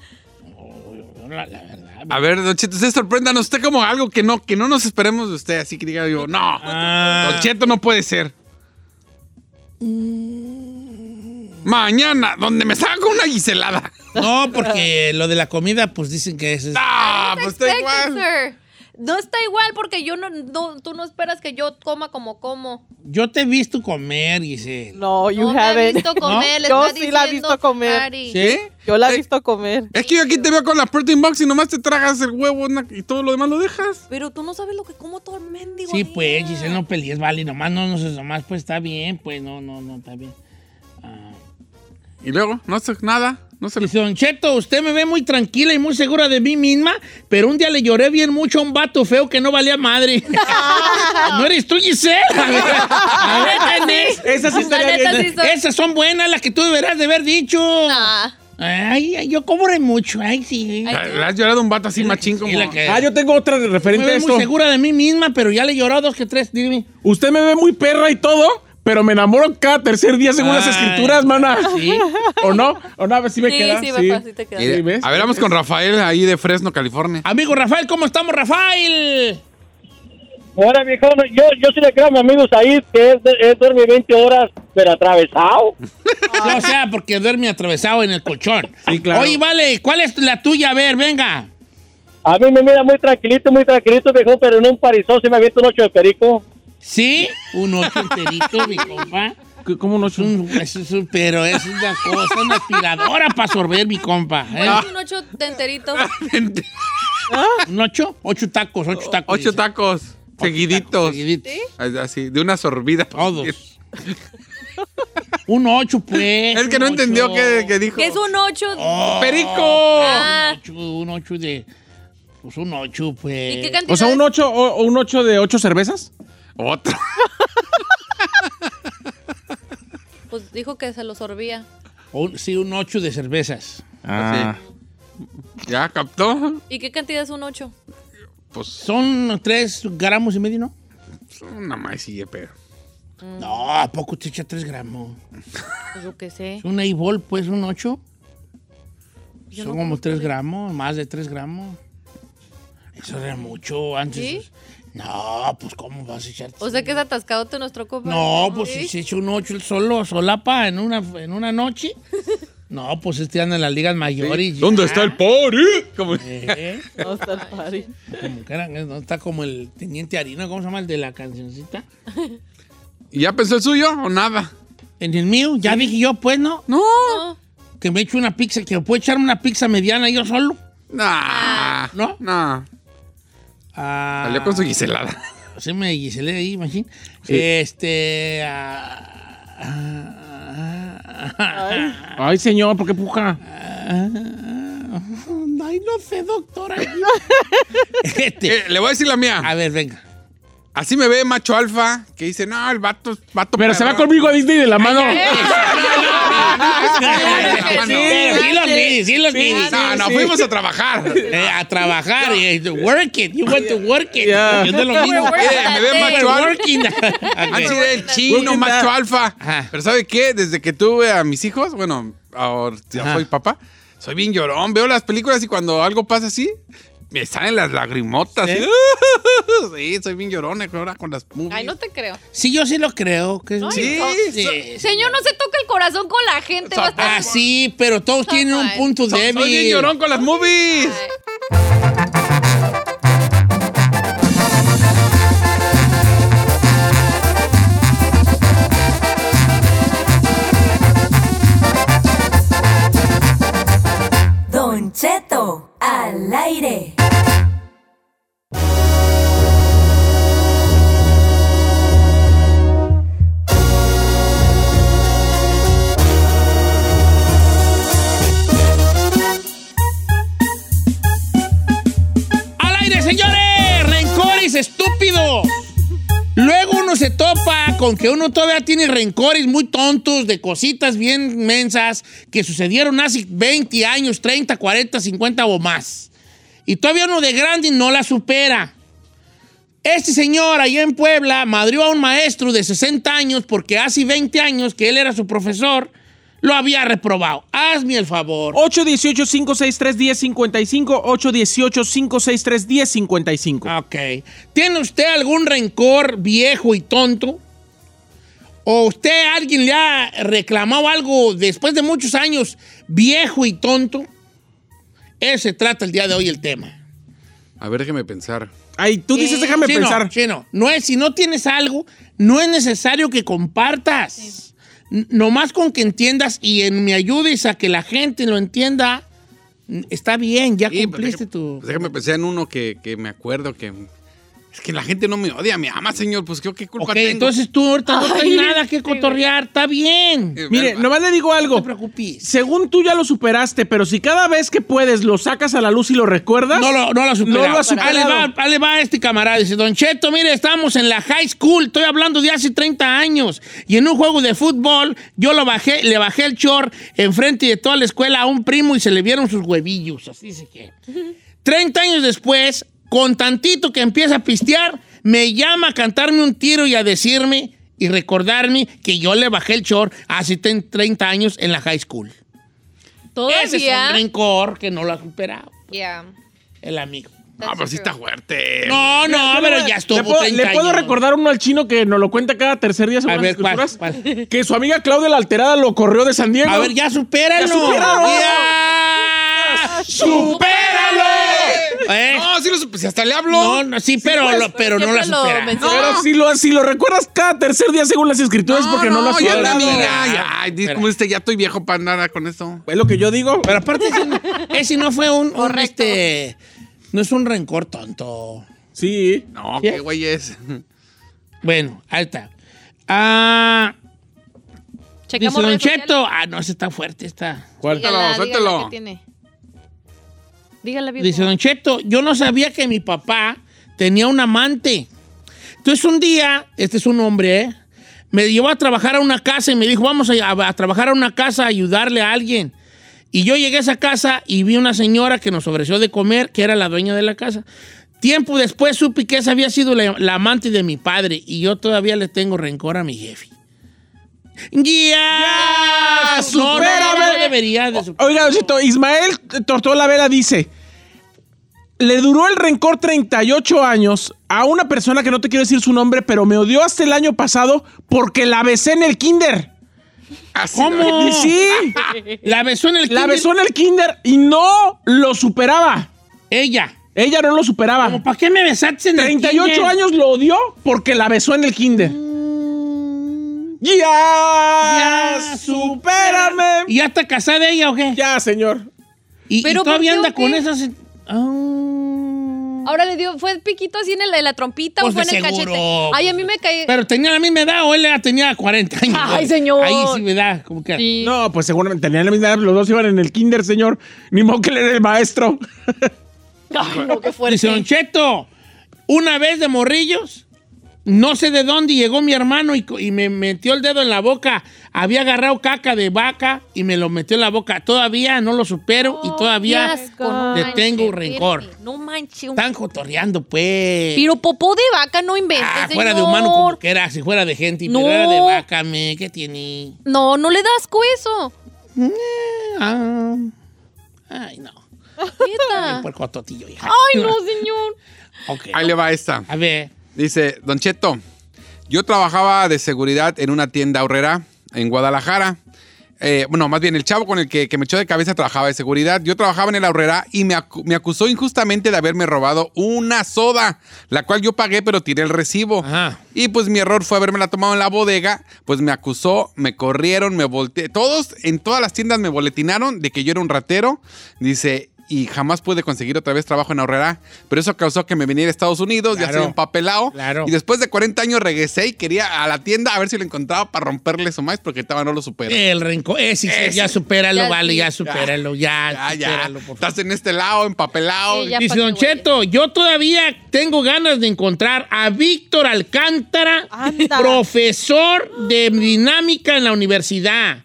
A: No, la, la verdad.
D: A ver, Don Cheto, usted sorpréndanos. Usted como algo que no, que no nos esperemos de usted. Así que diga yo, no,
A: Ah.
D: Don Cheto no puede ser. Mañana, donde me saco una guiselada.
A: No, porque lo de la comida, pues dicen que es... es-
D: Ah, pues está
C: Expected,
D: igual.
C: sir. No está igual porque yo no, no- tú no esperas que yo coma como como.
A: Yo te he visto comer, Giselle.
E: no, you
C: no me he
E: haven't.
C: visto comer, le
E: Yo
C: está
E: sí la he
C: diciendo
E: visto comer.
C: Ari.
A: ¿Sí?
E: Yo la
D: Eh,
E: he visto comer.
D: Es que yo aquí te veo con la protein box y nomás te tragas el huevo na- y todo lo demás lo dejas.
C: Pero tú no sabes lo que como todo el mendigo.
A: Sí,
C: día.
A: pues, Giselle, no pelees, vale, nomás no, no, sé, nomás, pues está bien, pues, no, no, no, está bien. Ah,
D: Y luego, no haces nada. No se le...
A: Dice, Don Cheto, usted me ve muy tranquila y muy segura de mí misma, pero un día le lloré bien mucho a un vato feo que no valía madre. ¿No eres tú, Giselle? A ver, a ver, tenés.
B: Esa sí
C: La
B: estaría
C: neta
B: bien.
C: sí soy-
A: Esas son buenas, las que tú deberás de haber dicho.
C: Nah.
A: Ay, ay, yo cobré mucho, ay, sí.
C: Ay,
D: Le has llorado a un vato así machín como...
A: Sí, la que-
B: Ah, yo tengo otra de
A: me
B: referente a
A: ve
B: esto.
A: muy segura de mí misma, pero ya le lloró dos que tres, dime.
B: Usted me ve muy perra y todo, pero me enamoro cada tercer día según las
A: Ay,
B: escrituras, mana.
A: Sí.
B: ¿O no? ¿O no? A ver si me
C: Sí,
B: queda.
C: sí, papá, sí te queda.
D: Mira,
B: Sí, ¿ves?
D: A ver, vamos con Rafael ahí de Fresno, California.
A: Amigo Rafael, ¿cómo estamos, Rafael?
G: Ahora, viejo, yo, yo sí le creo a mi amigo Said que es, es dormir 20 horas, pero atravesado.
D: Ah.
A: O sea, porque duerme atravesado en el colchón.
B: Sí, claro.
A: Oye, vale, ¿cuál es la tuya? A ver, venga.
G: A mí me mira muy tranquilito, muy tranquilito, viejo, pero en un parizón se me avienta un ocho de perico.
A: ¿Sí? Un ocho enterito, mi compa.
B: C- ¿Cómo no?
A: Es un, es un- pero es una cosa, una aspiradora para sorber, mi compa. ¿eh?
D: Ah.
C: Bueno, un ocho enterito.
A: Ah, ¿Un ocho? Ocho tacos, ocho tacos.
D: Ocho
A: dice.
D: tacos seguiditos.
A: Seguiditos.
D: Así, de una sorbida.
A: Todos. Un ocho, pues.
D: Es que no
A: un
D: entendió
A: ocho.
D: que, que dijo.
C: que es un ocho.
A: Oh,
D: ¡Perico!
C: Ah.
A: Un ocho, un ocho de... Pues un ocho, pues.
C: ¿Y qué cantidad?
B: O sea, un
C: de-
B: 8 o, o un 8 de 8 cervezas.
D: Otro.
C: Pues dijo que se lo sorbía.
A: Un- sí, un ocho de cervezas.
D: Ah. ¿Ya captó?
C: ¿Y qué cantidad es un ocho?
D: Pues
A: Son tres gramos y medio, ¿no?
D: una maicilla, pero.
C: Mm.
A: No, ¿a poco te echa tres gramos?
C: Pues yo qué sé.
A: Un A-Ball, pues, un 8.
C: Yo
A: Son
C: no
A: como
C: conozco
A: 3
C: de-
A: gramos, más de 3 gramos. Eso era mucho antes.
C: ¿Sí?
A: No, pues, ¿cómo vas a echar?
C: O sea, ¿eh? que es atascado de nuestro copa.
A: No, pues, si
C: ¿Sí?
A: se echa un 8 el solo, solapa, en una, en una noche. No, pues, este anda en las ligas mayores.
D: ¿Dónde
A: ya.
D: está el party? Como-
A: Eh,
E: No está el party.
A: como que era- eh, no está como el teniente harina, ¿cómo se llama? El de la cancioncita.
D: ¿Y ¿Ya pensó el suyo o nada?
A: En el mío, ya dije yo, pues, ¿no?
D: No.
C: No.
A: Que me echo una pizza, que puedo echarme una pizza mediana yo solo.
D: Nah.
A: ¿No?
D: Nah.
A: Ah,
D: Salió con su guiselada.
A: Sí, me guiselé ahí, imagín. Este. ah, ah, ah, ah,
B: Ay, señor, ¿por qué puja?
A: ah, Ay, no sé, doctora. este.
D: Eh, le voy a decir la
A: A
D: mía.
A: ver, venga.
D: Así me ve macho alfa que dice, no, el vato, vato
B: Pero se va
D: perrón".
B: conmigo a Disney de la mano.
A: Pero Sí, los vi, sí, los vi.
D: No, no, fuimos a trabajar.
A: Eh, a trabajar, eh, work it, you went to work it.
B: Yeah.
A: Yo te lo mismo.
C: We're
D: Eh, me ve
C: working
A: We're
D: macho alfa.
A: working.
D: Antes
A: Ok.
D: era el Ah, chino,
B: Working
D: macho
B: that.
D: alfa.
A: Ajá.
D: Pero ¿sabe qué? Desde que tuve a mis hijos, bueno, ahora ya
A: Ajá.
D: soy papá, soy bien llorón. Veo las películas y cuando algo pasa así, me salen las lagrimotas. Sí, Sí, soy bien llorón ahora con las movies.
C: Ay, no te creo.
A: Sí, yo sí lo creo. Que es-
D: Sí,
A: sí.
C: Señor, no se toca el corazón con la gente. va a estar-
A: Ah, sí, pero todos tienen un
C: mal.
A: punto
D: soy,
A: débil.
D: soy bien llorón con las movies.
C: Ay.
F: Don Cheto al aire.
A: ¡Al aire, señores! ¡Rencores estúpidos! Luego uno se topa con que uno todavía tiene rencores muy tontos de cositas bien mensas que sucedieron hace 20 años, 30, 40, 50 o más. Y todavía uno de grande no la supera. Este señor allá en Puebla madrió a un maestro de 60 años porque hace 20 años que él era su profesor, lo había reprobado. Hazme el favor.
B: 818-563-1055, 818-563-1055.
A: Ok. ¿Tiene usted algún rencor viejo y tonto? ¿O usted alguien le ha reclamado algo después de muchos años viejo y tonto? Ese trata el día de hoy el tema.
D: A ver, déjeme pensar.
B: Ay, tú dices, déjame
A: Chino,
B: pensar.
A: Chino, no es, si no tienes algo, no es necesario que compartas. N- Nomás con que entiendas y en me ayudes a que la gente lo entienda, n- está bien, ya
D: Sí, pues,
A: cumpliste
D: déjame-
A: tu...
D: pues, déjame pensar en uno que, que me acuerdo que. Es que la gente no me odia, me ama, señor. Pues yo qué culpa
A: Ok,
D: tengo.
A: entonces tú ahorita no
C: Ay,
A: tienes nada que
C: sí, güey.
A: cotorrear, está bien.
D: Eh,
B: Mire,
D: ver,
B: nomás le digo
A: No te
B: algo.
A: preocupes.
B: Según tú ya lo superaste, pero si cada vez que puedes lo sacas a la luz y lo recuerdas.
A: No lo, no lo ha superado.
B: No lo ha
A: Ahí
B: superado.
A: le va, ahí le va este camarada. Dice, Don Cheto, mire, estamos en la high school. Estoy hablando de hace 30 años. Y en un juego de fútbol, yo lo bajé, le bajé el short enfrente de toda la escuela a un primo y se le vieron sus huevillos. Así se que. 30 años después, con tantito que empieza a pistear, me llama a cantarme un tiro y a decirme y recordarme que yo le bajé el short hace 30 años en la high school. Ese es un
C: Todavía.
A: rencor que no lo ha superado
C: Yeah.
A: el amigo.
D: Ah, pues sí está fuerte.
A: No, no,
B: Yo le
A: Ah, pero
B: voy a-
A: ya estuvo
B: Le puedo,
A: 30
B: le puedo
A: años.
B: recordar uno al chino que nos lo cuenta cada tercer día sobre
A: A ver,
B: las
A: ¿cuál?
B: culturas,
A: cuál?
B: Que su amiga Claudia la Alterada lo corrió de San Diego.
A: A ver, ya supéralo.
B: Ya supéralo.
A: Ya, ¡Supéralo! Eh,
D: No, sí lo supe, si hasta le hablo.
A: No, no, sí, pero,
C: pues,
A: lo- pero
C: pero
A: no la
C: siempre lo
A: supera.
C: menciono.
B: Pero si lo, si lo recuerdas cada tercer día según las escrituras, porque no, lo has
D: ya
A: suelto.
D: la
B: superado.
D: mira,
A: Espera,
D: ya, Ay,
A: espera.
D: disculpe, este, ya estoy viejo para nada con eso.
B: Es lo que yo digo.
A: Pero aparte, ese, no- ese no fue un, un, este, no es un rencor tonto.
B: Sí.
D: No,
A: ¿Sí?
D: qué güey es.
A: Bueno, ahí está. Ah, dice
C: Checamos
A: Don
C: redes
A: Cheto. Ah, no, ese está fuerte, está.
B: ¿Cuál?
C: sociales. Dígala,
D: Suéltalo,
C: dígala,
D: suéltalo.
C: ¿qué tiene? Dígala, viejo.
A: Dice Don Cheto, yo no sabía que mi papá tenía un amante. Entonces un día, este es un hombre, ¿eh? me llevó a trabajar a una casa y me dijo, vamos a, a- a trabajar a una casa a ayudarle a alguien. Y yo llegué a esa casa y vi una señora que nos ofreció de comer, que era la dueña de la casa. Tiempo después supe que esa había sido la, la amante de mi padre y yo todavía le tengo rencor a mi jefe. ¡Ya! No, no, no,
B: supérame. Oh,
A: no debería de superar.
B: Oiga, Don Cheto, Ismael Tortola Vela dice: Le duró el rencor 38 años a una persona que no te quiero decir su nombre, pero me odió hasta el año pasado porque la besé en el kinder.
D: Así,
A: ¿Cómo?
B: Y oh, sí,
A: La besó en el
B: la
A: kinder.
B: besó en el kinder y no lo superaba.
A: Ella.
B: Ella no lo superaba.
A: ¿Como para qué me besaste en el
B: 38
A: kinder?
B: años lo odió porque la besó en el kinder. Ya,
A: Ya,
B: supérame.
A: ¿Y ya está casada ella o qué?
B: Ya, señor.
A: ¿Y, y
C: Pero, ¿por
A: todavía
C: qué
A: anda
C: o
A: con
C: qué?
A: esas... Ah.
C: Ahora le dio, fue el piquito así en, el- en la trompita
A: Pues
C: o fue en
A: de
C: el
A: seguro. pues
C: cachete. Ay, a mí me cae.
A: Pero tenía la misma edad o él ya tenía 40 años.
C: Ay, señor.
A: Ahí sí, ¿verdad? Como que...
C: Sí.
B: No, pues seguramente tenían la misma edad, los dos iban en el kinder, señor. Ni modo que él era el maestro.
C: Ay, no, qué
A: Dice, Don
C: fuerte.
A: Cheto, una vez de morrillos, no sé de dónde llegó mi hermano y, co- y me metió el dedo en la boca. Había agarrado caca de vaca y me lo metió en la boca. Todavía no lo supero y todavía
C: Oh, Qué asco, no
A: le
C: manches,
A: tengo
C: espérate.
A: rencor.
C: No manches. un-
A: Están jotoreando, pues.
C: Pero popó de vaca no inventes,
A: Ah, fuera de
C: señor.
A: humano como que era, si fuera de gente, pero
C: No.
A: era de vaca, me, ¿qué tiene?
C: No, no le das asco eso.
A: Ah, ay, no.
C: Neta.
A: Por cototillo, hija.
C: Ah. Ay, no, señor.
A: Ok.
D: Ahí le va esta.
A: A ver.
D: Dice, Don Cheto, yo trabajaba de seguridad en una tienda ahorrera en Guadalajara. Eh, bueno, más bien, el chavo con el que, que me echó de cabeza trabajaba de seguridad. Yo trabajaba en el ahorrera y me, acu- me acusó injustamente de haberme robado una soda, la cual yo pagué, pero tiré el recibo.
A: Ajá.
D: Y pues mi error fue haberme la tomado en la bodega, pues me acusó, me corrieron, me volteé. Todos en todas las tiendas me boletinaron de que yo era un ratero. Dice, y jamás pude conseguir otra vez trabajo en Aurrera, pero eso causó que me viniera a Estados Unidos, ya
A: Claro.
D: hacía un papelao.
A: Claro.
D: Y después de 40 años regresé y quería a la tienda a ver si lo encontraba para romperle su más, porque estaba no lo supero.
A: El rencor. Ese, sí, ya supéralo,
C: Ya,
A: vale,
C: sí.
A: ya supéralo, ya,
D: ya, ya.
A: supéralo, por favor.
D: Estás en este lado, empapelado.
C: Sí, ya.
A: Dice
C: pa'
A: Don
C: que huele.
A: Cheto, yo todavía tengo ganas de encontrar a Víctor Alcántara,
E: Anda.
A: profesor de dinámica en la universidad,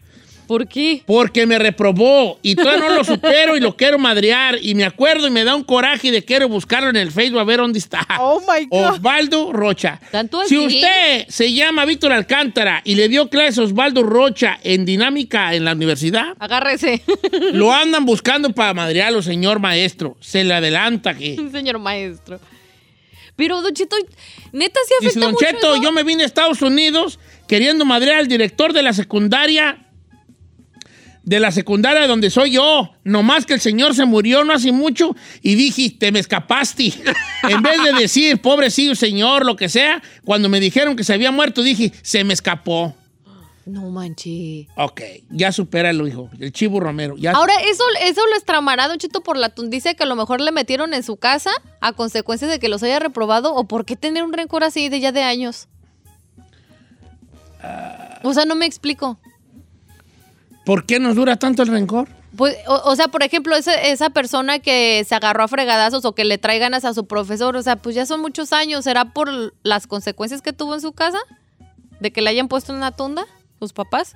C: ¿Por qué?
A: porque me reprobó y todavía no lo supero y lo quiero madrear y me acuerdo y me da un coraje de quiero buscarlo en el Facebook a ver dónde está.
E: Oh my God.
A: Osvaldo Rocha.
C: ¿Tanto
A: Si
C: así?
A: usted se llama Víctor Alcántara y le dio clases a Osvaldo Rocha en dinámica en la universidad,
C: Agárrese,
A: lo andan buscando para madrearlo, señor maestro. Se le adelanta que...
C: señor maestro. Pero, Don Cheto, neta sí afecta
A: Dice Don
C: mucho
A: Cheto,
C: eso?
A: yo me vine a Estados Unidos queriendo madrear al director de la secundaria. De la secundaria donde soy yo. Nomás que el señor se murió no hace mucho y dije, te me escapaste. en vez de decir, pobrecillo señor, lo que sea, cuando me dijeron que se había muerto, dije, se me escapó.
C: No manches.
A: Ok, ya supéralo, hijo. El chivo Romero. Ya
C: Ahora, eso, eso lo estramará Don Cheto por la tundicia que a lo mejor le metieron en su casa a consecuencia de que los haya reprobado o por qué tener un rencor así de ya de años.
A: Ah.
C: O sea, no me explico.
A: ¿Por qué nos dura tanto el rencor?
C: Pues, o, o sea, por ejemplo, ese- esa persona que se agarró a fregadazos o que le trae ganas a su profesor, o sea, pues ya son muchos años. ¿Será por las consecuencias que tuvo en su casa? ¿De que le hayan puesto en una tunda sus papás?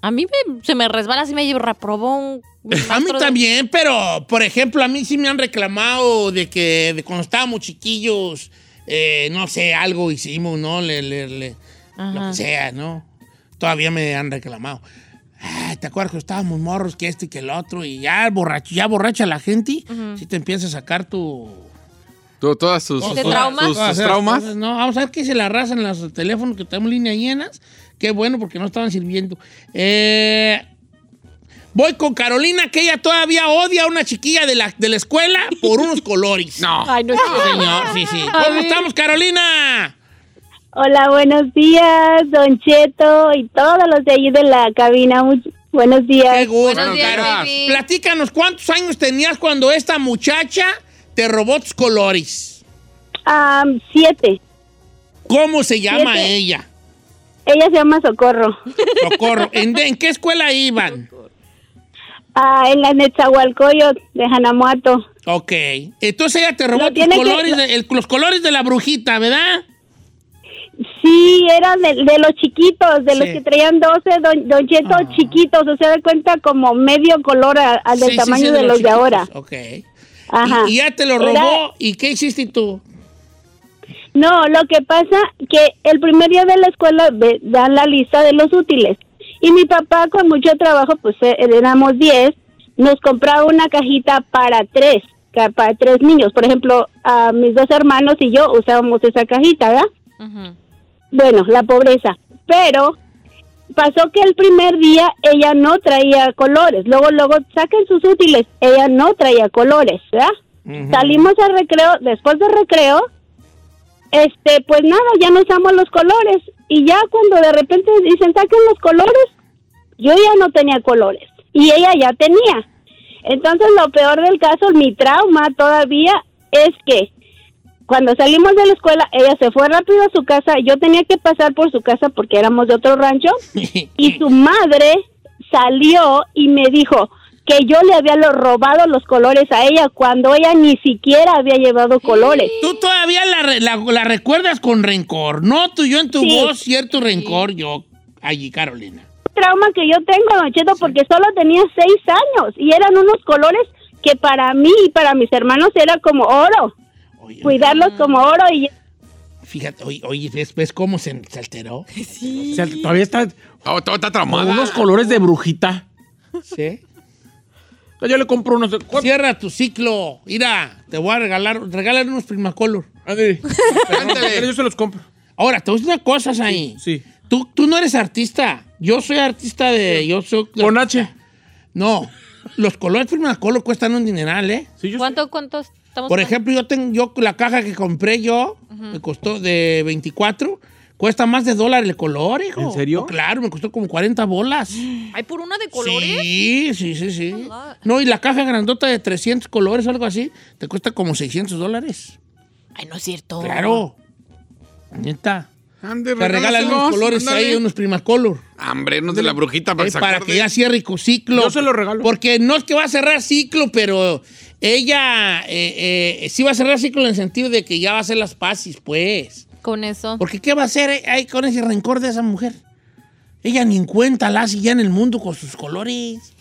C: A mí me- se me resbala así me reprobó un... un
A: A mí
C: maestro de-
A: también, pero por ejemplo, a mí sí me han reclamado de que de cuando estábamos chiquillos, eh, no sé, algo hicimos, ¿no? Le, le- le- lo
C: Ajá.
A: que sea, ¿no? Todavía me han reclamado. Ay, ¿Te acuerdas que estábamos morros que este y que el otro? Y ya borracho, ya borracha la gente, si te empieza a sacar tu.
D: Tú- Todas sus,
A: Todas
D: sus,
C: ¿De traumas?
D: sus- sus
A: todas esas
D: traumas.
A: cosas, Ah, no, vamos a ver qué se la arrasan los teléfonos que tenemos líneas llenas. Qué bueno, porque no estaban sirviendo. Eh, voy con Carolina, que ella todavía odia a una chiquilla de la, de la escuela por unos colores.
D: No.
E: Ay, no.
A: No, señor, sí, sí. ¿Cómo estamos, Carolina?
H: Hola, buenos días, Don Cheto y todos los de allí de la cabina. Much- buenos
A: Qué
H: días.
A: gusto,
C: Buenos días,
A: Caro.
C: baby.
A: Platícanos, ¿cuántos años tenías cuando esta muchacha te robó tus colores?
H: Am, siete.
A: ¿Cómo se llama
H: Siete.
A: ella?
H: Ella se llama Socorro.
A: Socorro. ¿En, en qué escuela iban?
H: Ah, en la Netzahualcoyot de Hanamuato.
A: Ok. Entonces ella te robó
H: Lo
A: tus
H: tiene que-
A: colores, de- el- los colores de la brujita, ¿verdad?
H: Sí, era de, de los chiquitos, de los
A: Sí.
H: que traían 12, Don, don Cheto,
A: Ah.
H: chiquitos. O sea, de cuenta como medio color a- al del
A: Sí, sí, sí,
H: tamaño de, los de
A: chiquitos.
H: ahora.
A: Ok.
H: Ajá.
A: Y, y ya te lo robó.
H: Era-
A: ¿Y qué hiciste tú?
H: No, lo que pasa que el primer día de la escuela ve- dan la lista de los útiles. Y mi papá con mucho trabajo, pues eh, éramos 10, nos compraba una cajita para tres, ca- para tres niños. Por ejemplo, a mis dos hermanos y yo usábamos esa cajita, ¿verdad?
C: Ujú.
H: Bueno, la pobreza. Pero pasó que el primer día ella no traía colores. Luego, luego, saquen sus útiles. Ella no traía colores, ¿verdad? Salimos al recreo, después del recreo, este, pues nada, ya no usamos los colores. Y ya cuando de repente dicen, saquen los colores, yo ya no tenía colores. Y ella ya tenía. Entonces, lo peor del caso, mi trauma todavía es que cuando salimos de la escuela, ella se fue rápido a su casa. Yo tenía que pasar por su casa porque éramos de otro rancho. Y su madre salió y me dijo que yo le había lo- robado los colores a ella cuando ella ni siquiera había llevado colores.
A: Tú todavía la, re- la- la recuerdas con rencor. No tú, yo en tu
H: Sí.
A: voz, cierto rencor, yo allí, Carolina.
H: Trauma que yo tengo, Don Cheto, porque solo tenía seis años y eran unos colores que para mí y para mis hermanos era como oro.
A: Oye,
H: Cuidarlos como oro y
A: Fíjate, oye, oye, ¿ves, ves cómo se, se alteró?
B: O sea, todavía está
D: Oh, todo está
B: con
D: traumado.
B: unos colores de brujita.
A: Sí.
B: Yo le compro unos. de- ¿Cuánto?
A: Cierra tu ciclo. Mira, te voy a regalar, regalar unos Primacolor.
B: Ándale.
D: Ándale.
B: Yo se los compro.
A: Ahora, te voy a decir una cosa, ahí.
B: Sí.
A: Tú, tú no eres artista. Yo soy artista de. Yo soy.
B: Con H.
A: No. Los colores Primacolor cuestan un dineral, ¿eh?
B: Sí, yo
C: ¿Cuánto, cuánto estamos?
A: Por ejemplo, yo tengo yo la caja que compré yo, me costó de 24, cuesta más de dólar el color, hijo.
B: ¿En serio?
A: Oh, claro, me costó como 40 bolas.
C: Hay por una de colores. Oh,
A: Sí, sí, sí, sí. No, y la caja grandota de 300 colores, algo así, te cuesta como 600 dólares.
C: Ay, no es cierto.
A: Claro. Neta.
D: Ande,
A: Te regalan unos colores
D: ándale.
A: ahí, unos primacolor.
D: Hambre, no de la brujita para
A: eh,
D: sacar.
A: para que
D: de-
A: ya cierre con ciclo.
B: Yo se lo regalo.
A: Porque no es que va a cerrar ciclo, pero ella eh, eh, sí va a cerrar ciclo en el sentido de que ya va a hacer las paces, pues.
C: Con eso.
A: Porque ¿qué va a hacer eh, ahí con ese rencor de esa mujer? Ella ni en cuenta la hace ya en el mundo con sus colores.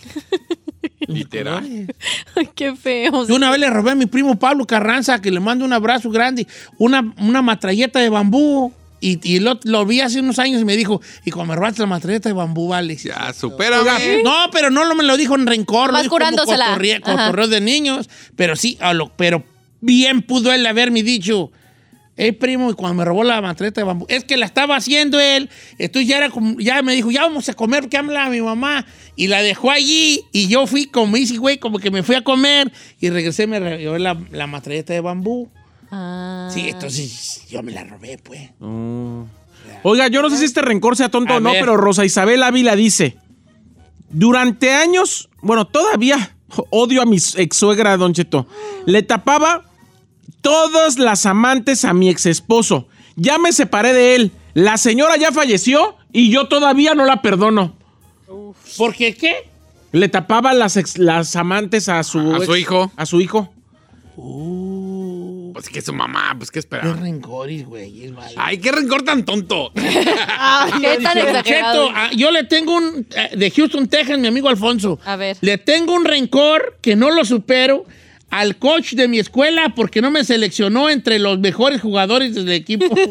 A: Sus
D: Literal.
A: colores.
C: Ay, qué feo.
A: Yo una vez le robé a mi primo Pablo Carranza, que le mando un abrazo grande, una, una matralleta de bambú. Y, y lo, lo vi hace unos años y me dijo, y cuando me robaste la matralleta de bambú, vale.
D: Ya, supérame.
A: No, pero no lo, me lo dijo en rencor.
C: Vas
A: lo dijo como
C: curándosela.
A: cotorrie-
C: Ajá.
A: cotorreo de niños. Pero sí, a lo- pero bien pudo él haberme dicho, eh, primo, y cuando me robó la matreta de bambú, es que la estaba haciendo él. Entonces ya, era como- ya me dijo, ya vamos a comer, porque habla mi mamá. Y la dejó allí. Y yo fui como easy, güey, como que me fui a comer. Y regresé, me regaló la, la matreta de bambú.
C: Ah.
A: Sí, entonces yo me la robé, pues.
B: Oiga, yo no sé si este rencor sea tonto
A: A
B: o no,
A: ver.
B: pero Rosa Isabel Ávila dice: Durante años, bueno, todavía odio a mi ex suegra, Don Cheto. Le tapaba todas las amantes a mi ex esposo. Ya me separé de él. La señora ya falleció y yo todavía no la perdono.
A: Porque qué?
B: Le tapaba las, ex- las amantes a su,
D: A su
B: ex-
D: hijo.
B: A su hijo.
D: Pues que su mamá, pues que
A: Qué
D: esperaba.
A: rencores, güey. es vale.
D: Ay, qué rencor tan tonto.
C: Qué tan
A: Don
C: exagerado.
A: Cheto, ah, yo le tengo un. eh, De Houston, Texas, mi amigo Alfonso.
C: A ver.
A: Le tengo un rencor que no lo supero al coach de mi escuela porque no me seleccionó entre los mejores jugadores del equipo.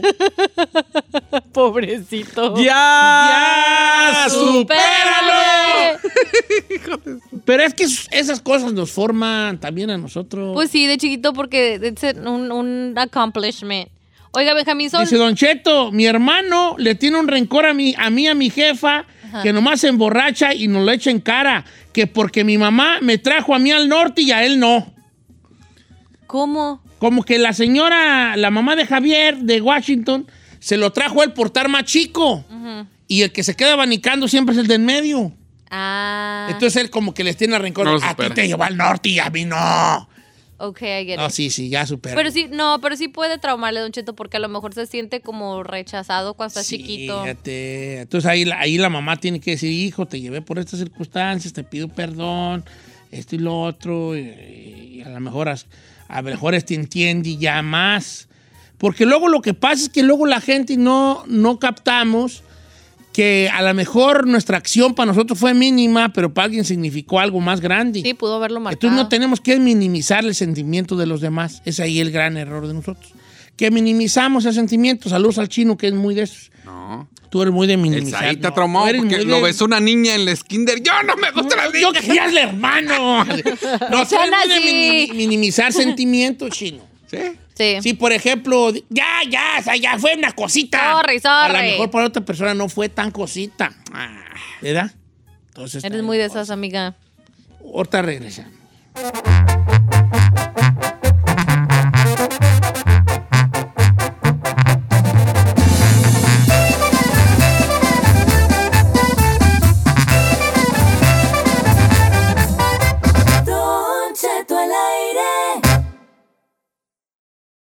C: Pobrecito. Ah,
A: Ah,
B: ¡Ya!
C: ¡Supéralo!
A: Pero es que es- esas cosas nos forman también a nosotros.
C: Pues sí, de chiquito, porque es un, un accomplishment. Oiga, Benjamín, son...
A: Dice Don Cheto, mi hermano le tiene un rencor a mí, a mí, a mi jefa, que nomás se emborracha y nos lo echa en cara. Que porque mi mamá me trajo a mí al norte y a él no.
C: ¿Cómo?
A: Como que la señora, la mamá de Javier de Washington, se lo trajo él por estar más chico. Y el que se queda abanicando siempre es el de en medio.
C: Ah.
A: Entonces él como que les tiene rencor.
D: No lo
A: a ti
D: supera.
A: te llevó al norte y a mí no.
C: ok, I get
A: No,
C: it.
A: sí, sí, ya supera.
C: Pero sí, no, pero sí puede traumarle, Don Cheto, porque a lo mejor se siente como rechazado cuando está
A: Sí,
C: chiquito.
A: fíjate. Entonces ahí, la- ahí la mamá tiene que decir, hijo, te llevé por estas circunstancias, te pido perdón, esto y lo otro, y, y a lo mejor as- a lo mejor te entiende ya más. Porque luego lo que pasa es que luego la gente no, no captamos que a lo mejor nuestra acción para nosotros fue mínima, pero para alguien significó algo más grande.
C: Sí, pudo haberlo marcado.
A: Entonces no tenemos que minimizar el sentimiento de los demás. Es ahí el gran error de nosotros. Que minimizamos el sentimiento. Saludos al chino que es muy de esos.
D: No.
A: Tú eres muy de
D: El
A: minimizar.
D: Saí está
A: No,
D: traumado
A: tú eres
D: porque
A: muy
D: lo
A: de-
D: besó una niña en la Skinder. Yo no me gusta la niña.
A: Yo quería al hermano. No, tú
C: sean
A: eres muy de
C: así.
A: mini- minimizar sentimientos, chino.
D: ¿Sí?
C: Sí.
A: Sí, por ejemplo, di- ya, ya, o sea, ya fue una cosita.
C: Sorry, sorry.
A: A lo mejor para otra persona no fue tan cosita.
D: Ah,
A: ¿Verdad? Entonces. pues,
C: Eres
A: también
C: muy de
A: cosas.
C: esas, amiga.
A: Ahorita regresamos.